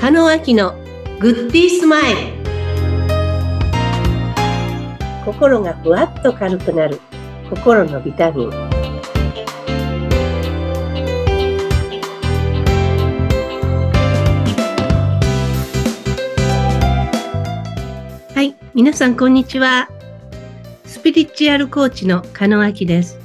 中野明のグッディースマイル心がふわっと軽くなる心のビタミンはい皆さんこんにちはスピリチュアルコーチの加野明です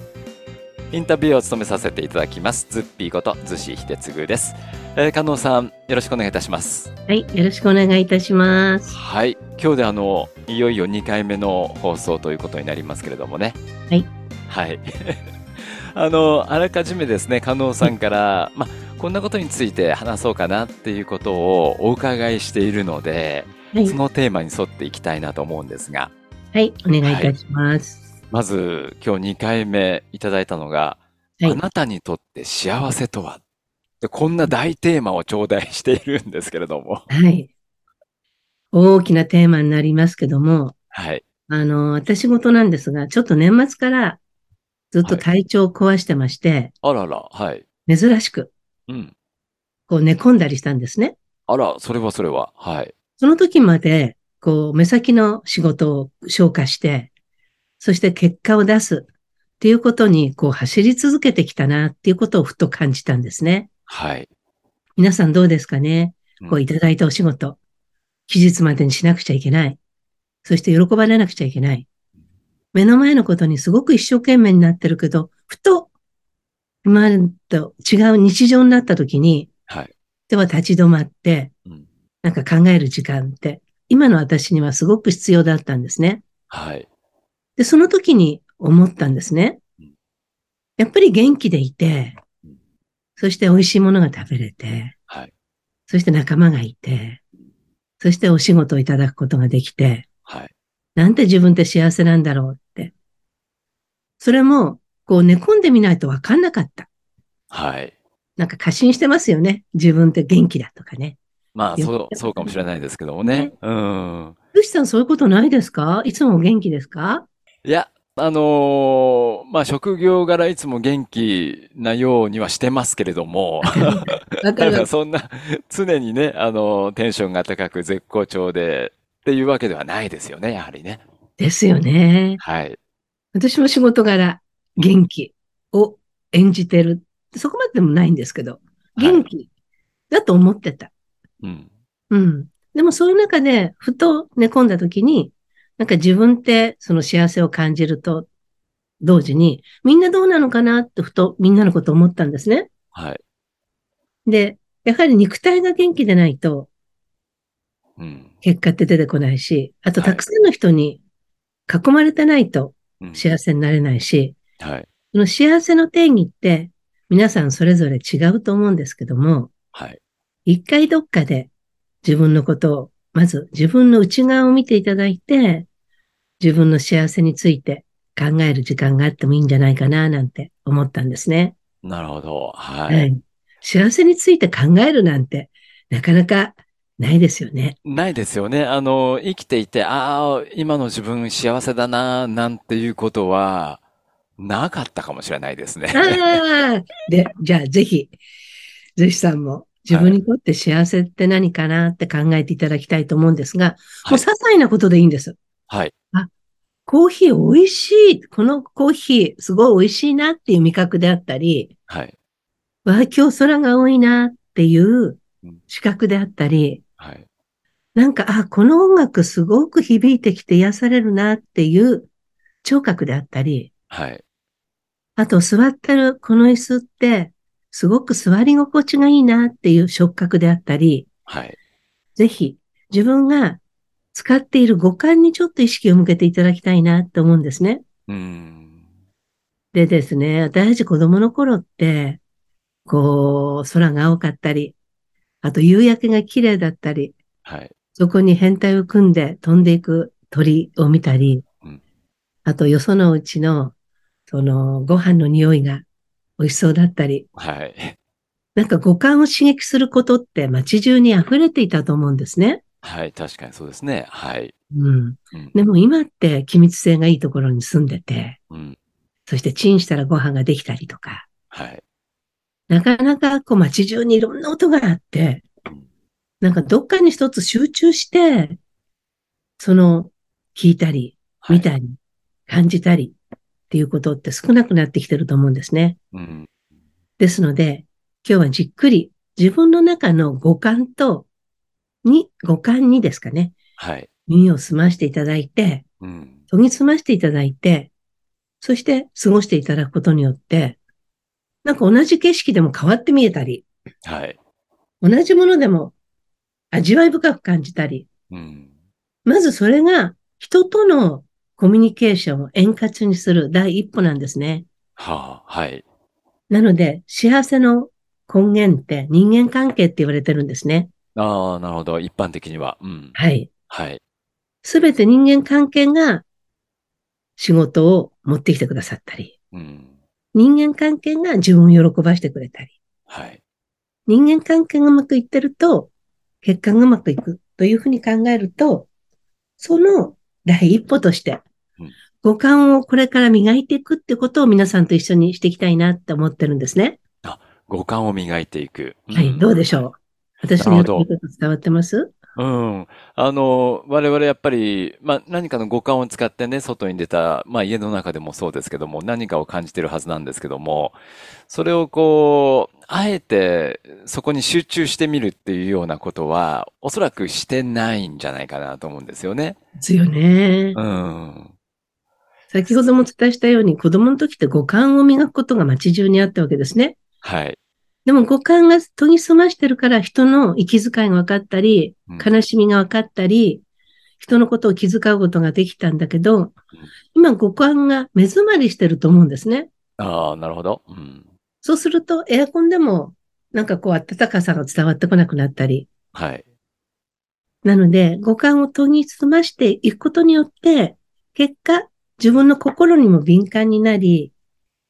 インタビューを務めさせていただきます。ズッピーこと、ズシヒテツグです。えー、加納さん、よろしくお願いいたします。はいよろしくお願いいたしますはい。今日であの、いよいよ2回目の放送ということになりますけれどもね。はい。はい。 あの、あらかじめですね、加納さんから、ま、こんなことについて話そうかなっていうことをお伺いしているので、はいそのテーマに沿っていきたいなと思うんですが、はいお願いいたしますまず今日2回目いただいたのが、はいあなたにとって幸せとはでこんな大テーマを頂戴しているんですけれども。はい、大きなテーマになりますけどもはい。あの私事なんですがちょっと年末からずっと体調を壊してまして、あらら、はい。珍しくうん。こう寝込んだりしたんですねあら、それはそれは。はい。その時まで、こう、目先の仕事を消化して、そして結果を出すっていうことに、こう、走り続けてきたなっていうことをふと感じたんですね。はい。皆さんどうですかねうんこう、いただいたお仕事、期日までにしなくちゃいけない。そして喜ばれなくちゃいけない。目の前のことにすごく一生懸命になってるけど、ふと、今までと違う日常になった時に、はい。では立ち止まって、うん。なんか考える時間って、今の私にはすごく必要だったんですね。はい。で、その時に思ったんですねうん。やっぱり元気でいてうん、そして美味しいものが食べれて、はい。そして仲間がいて、そしてお仕事をいただくことができて、はい。なんて自分って幸せなんだろうって。それも、こう寝込んでみないとわかんなかった。はい。なんか過信してますよね。自分って元気だとかね。まあ、よそう、そうかもしれないですけどもねね。うん。ルシさんそういうことないですかいつもお元気ですかいや、あのーまあ、職業柄いつも元気なようにはしてますけれども、わかたるわだそんな、常にね、あの、テンションが高く絶好調で、っていうわけではないですよね、やはりね。ですよね。はい。私も仕事柄、元気を演じてる。そこまででもないんですけど、元気だと思ってた。うん。うん。でもそういう中で、ふと寝込んだ時に、なんか自分ってその幸せを感じると、同時に、みんなどうなのかなってふとみんなのこと思ったんですね。はい。で、やはり肉体が元気でないと、うん。結果って出てこないし、あとはいたくさんの人に囲まれてないとうん。幸せになれないし、はい。その幸せの定義って皆さんそれぞれ違うと思うんですけども、はい。一回どっかで自分のことを、まず自分の内側を見ていただいて、自分の幸せについて考える時間があってもいいんじゃないかななんて思ったんですね。なるほど。は。はいい。幸せについて考えるなんてなかなかないですよ ね。ないですよね。あの、生きていて、ああ、今の自分幸せだな、なんていうことは、なかったかもしれないですね。ああで、じゃあぜひ、ぜひさんも自分にとって幸せって何かなって考えていただきたいと思うんですが、もう些細なことでいいんです。はい。コーヒー美味しい。このコーヒーすごい美味しいなっていう味覚であったり、はい。わあ、今日空が多いなっていううん視覚であったり、はい。なんか、あ、この音楽すごく響いてきて癒されるなっていう聴覚であったり、はい。あと座ってるこの椅子ってすごく座り心地がいいなっていう触覚であったり、はい。ぜひ自分が使っている五感にちょっと意識を向けていただきたいなと思うんですね。うん。でですね、私たち子供の頃って、こう、空が青かったり、あと夕焼けが綺麗だったり、はい。そこに変態を組んで飛んでいく鳥を見たりうん、あとよそのうちの、その、ご飯の匂いが美味しそうだったり、はい。なんか五感を刺激することって街中に溢れていたと思うんですね。はい。確かにそうですね。はい。うん。うん。でも今って機密性がいいところに住んでて、うん。そしてチンしたらご飯ができたりとか、はい。なかなかこう街中にいろんな音があってうん、なんかどっかに一つ集中して、その、聞いたり、はい見たり、感じたりっていうことって少なくなってきてると思うんですね。うん。ですので、今日はじっくり自分の中の五感と、に、五感にですかね、はい。耳を澄ましていただいて、うん。研ぎ澄ましていただいて、そして過ごしていただくことによって、なんか同じ景色でも変わって見えたり、はい。同じものでも味わい深く感じたり、うん。まずそれが人とのコミュニケーションを円滑にする第一歩なんですね。はあ、はい。なので、幸せの根源って人間関係って言われてるんですね。ああ、なるほど。一般的には。うん。はい。はい。すべて人間関係が仕事を持ってきてくださったり、うん。人間関係が自分を喜ばしてくれたり、はい。人間関係がうまくいってると、血管がうまくいくというふうに考えると、その第一歩としてうん、五感をこれから磨いていくってことを皆さんと一緒にしていきたいなって思ってるんですね。五感を磨いていく。うんはい、どうでしょう私のな言るっほてどること伝わってますうん。あの、我々やっぱり、まあ、何かの五感を使ってね、外に出た、まあ、家の中でもそうですけども、何かを感じてるはずなんですけども、それをこう、あえてそこに集中してみるっていうようなことは、おそらくしてないんじゃないかなと思うんですよね。ですよねう。ん。先ほどもお伝えしたように、子供の時って五感を磨くことが街中にあったわけですね。はい。でも五感が研ぎ澄ましてるから人の息遣いが分かったり、うん悲しみが分かったり、人のことを気遣うことができたんだけど、今五感が目詰まりしてると思うんですね。ああ、なるほど。うん。そうするとエアコンでもなんかこう暖かさが伝わってこなくなったり。はい。なので五感を研ぎ澄ましていくことによって、結果自分の心にも敏感になり、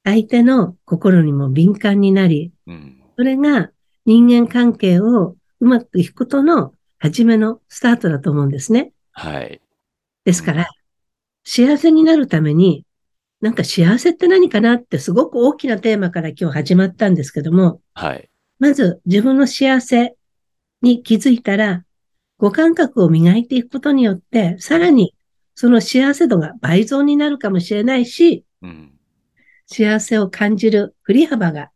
相手の心にも敏感になり、うん。それが人間関係をうまくいくことの初めのスタートだと思うんですね。はい。ですから、幸せになるために、なんか幸せって何かなってすごく大きなテーマから今日始まったんですけども、はい。まず自分の幸せに気づいたら、五感覚を磨いていくことによって、さらにその幸せ度が倍増になるかもしれないし、うん。幸せを感じる振り幅が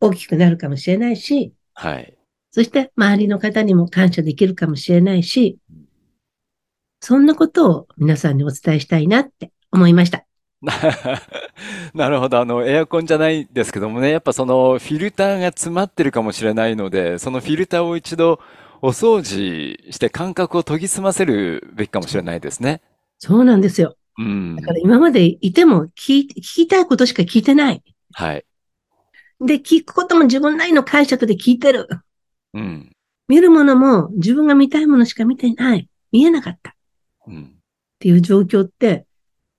大きくなるかもしれないし、はい。 そして周りの方にも感謝できるかもしれないしうん、そんなことを皆さんにお伝えしたいなって思いました。なるほど。あの、エアコンじゃないですけどもね、やっぱそのフィルターが詰まってるかもしれないので、そのフィルターを一度お掃除して感覚を研ぎ澄ませるべきかもしれないですね。そうなんですよ。うんだ。から今までいても聞い聞きたいことしか聞いてない。はい。で、聞くことも自分なりの解釈で聞いてる。うん。見るものも自分が見たいものしか見ていない。見えなかった。っうん。ていう状況って、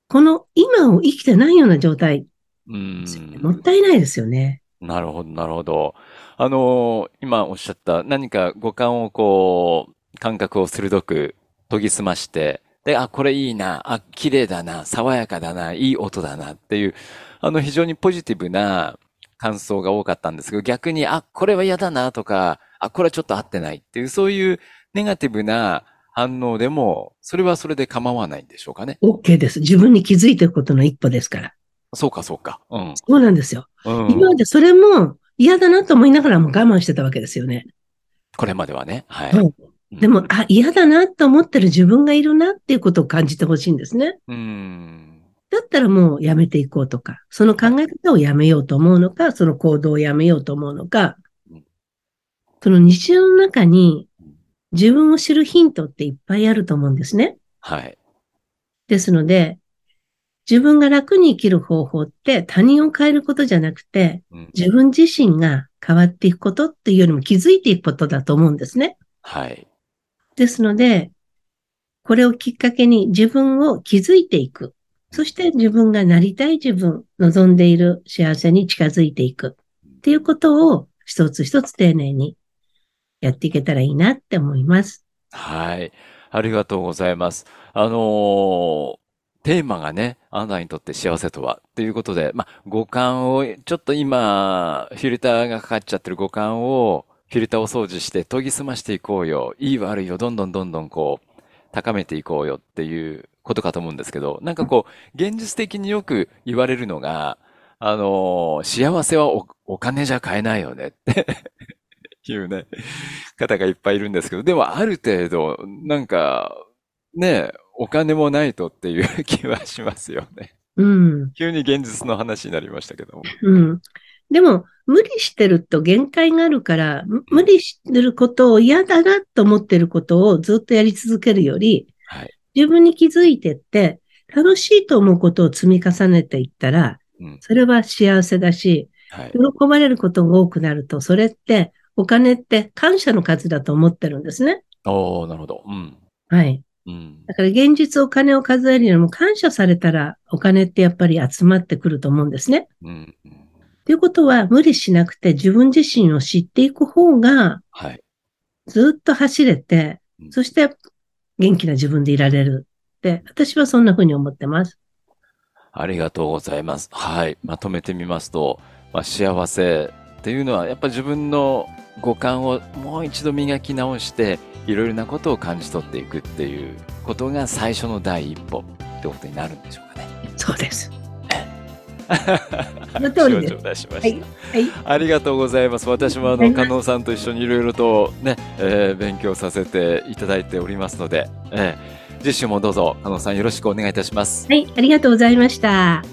この今を生きてないような状態、うん。もったいないですよね。なるほど、なるほど。あのー今おっしゃった何か五感をこう、感覚を鋭く研ぎ澄まして、で、あ、これいいな、あ、綺麗だな、爽やかだな、いい音だなっていう、あの、非常にポジティブな感想が多かったんですけど、逆に、あ、これは嫌だなとか、あ、これはちょっと合ってないっていう、そういうネガティブな反応でも、それはそれで構わないんでしょうかね。 OK です。自分に気づいていくことの一歩ですから。そうか、そうか。うん。そうなんですよ。うん。今までそれも嫌だなと思いながらも我慢してたわけですよね。これまではね。はい。はいでうもん、あ、嫌だなと思ってる自分がいるなっていうことを感じてほしいんですね。うん。だったらもうやめていこうとか、その考え方をやめようと思うのか、その行動をやめようと思うのかうん、その日常の中に自分を知るヒントっていっぱいあると思うんですね。はい。ですので、自分が楽に生きる方法って他人を変えることじゃなくて、うん自分自身が変わっていくことっていうよりも気づいていくことだと思うんですね。はい。ですので、これをきっかけに自分を気づいていく。そして自分がなりたい自分、望んでいる幸せに近づいていく。っていうことを一つ一つ丁寧にやっていけたらいいなって思います。はい。ありがとうございます。あのーテーマがね、あなたにとって幸せとはということで、まあ、五感を、ちょっと今、フィルターがかかっちゃってる五感を、フィルターを掃除して研ぎ澄ましていこうよ。いい悪いをどんどんどんどんこう、高めていこうよっていうことかと思うんですけど、なんかこう、現実的によく言われるのが、あのー幸せはお、お金じゃ買えないよねっていうね、方がいっぱいいるんですけど、でもある程度、なんか、ね、お金もないとっていう 気はしますよね。うん。急に現実の話になりましたけども。うん。でも、無理してると限界があるから、む無理してることを嫌だなと思ってることをずっとやり続けるより、はい自分に気づいてって、楽しいと思うことを積み重ねていったら、うんそれは幸せだし、はい。喜ばれることが多くなると、それって、お金って感謝の数だと思ってるんですね。おおなるほど。うん。はい。うん。だから現実お金を数えるよりも感謝されたらお金ってやっぱり集まってくると思うんですね。うん。ということは無理しなくて自分自身を知っていく方がはい。ずっと走れてう、んそして元気な自分でいられるって、私はそんな風に思ってます。ありがとうございます。はい。まとめてみますと、まあ、幸せっていうのは、やっぱ自分の五感をもう一度磨き直して、いろいろなことを感じ取っていくっていうことが最初の第一歩ってことになるんでしょうかね。そうです。その通りです頂戴しました。はい。ありがとうございます。私もあありの、が加納さんと一緒にいろいろとね、えー勉強させていただいておりますので、えー次週もどうぞ、加納さんよろしくお願いいたします。はい。ありがとうございました。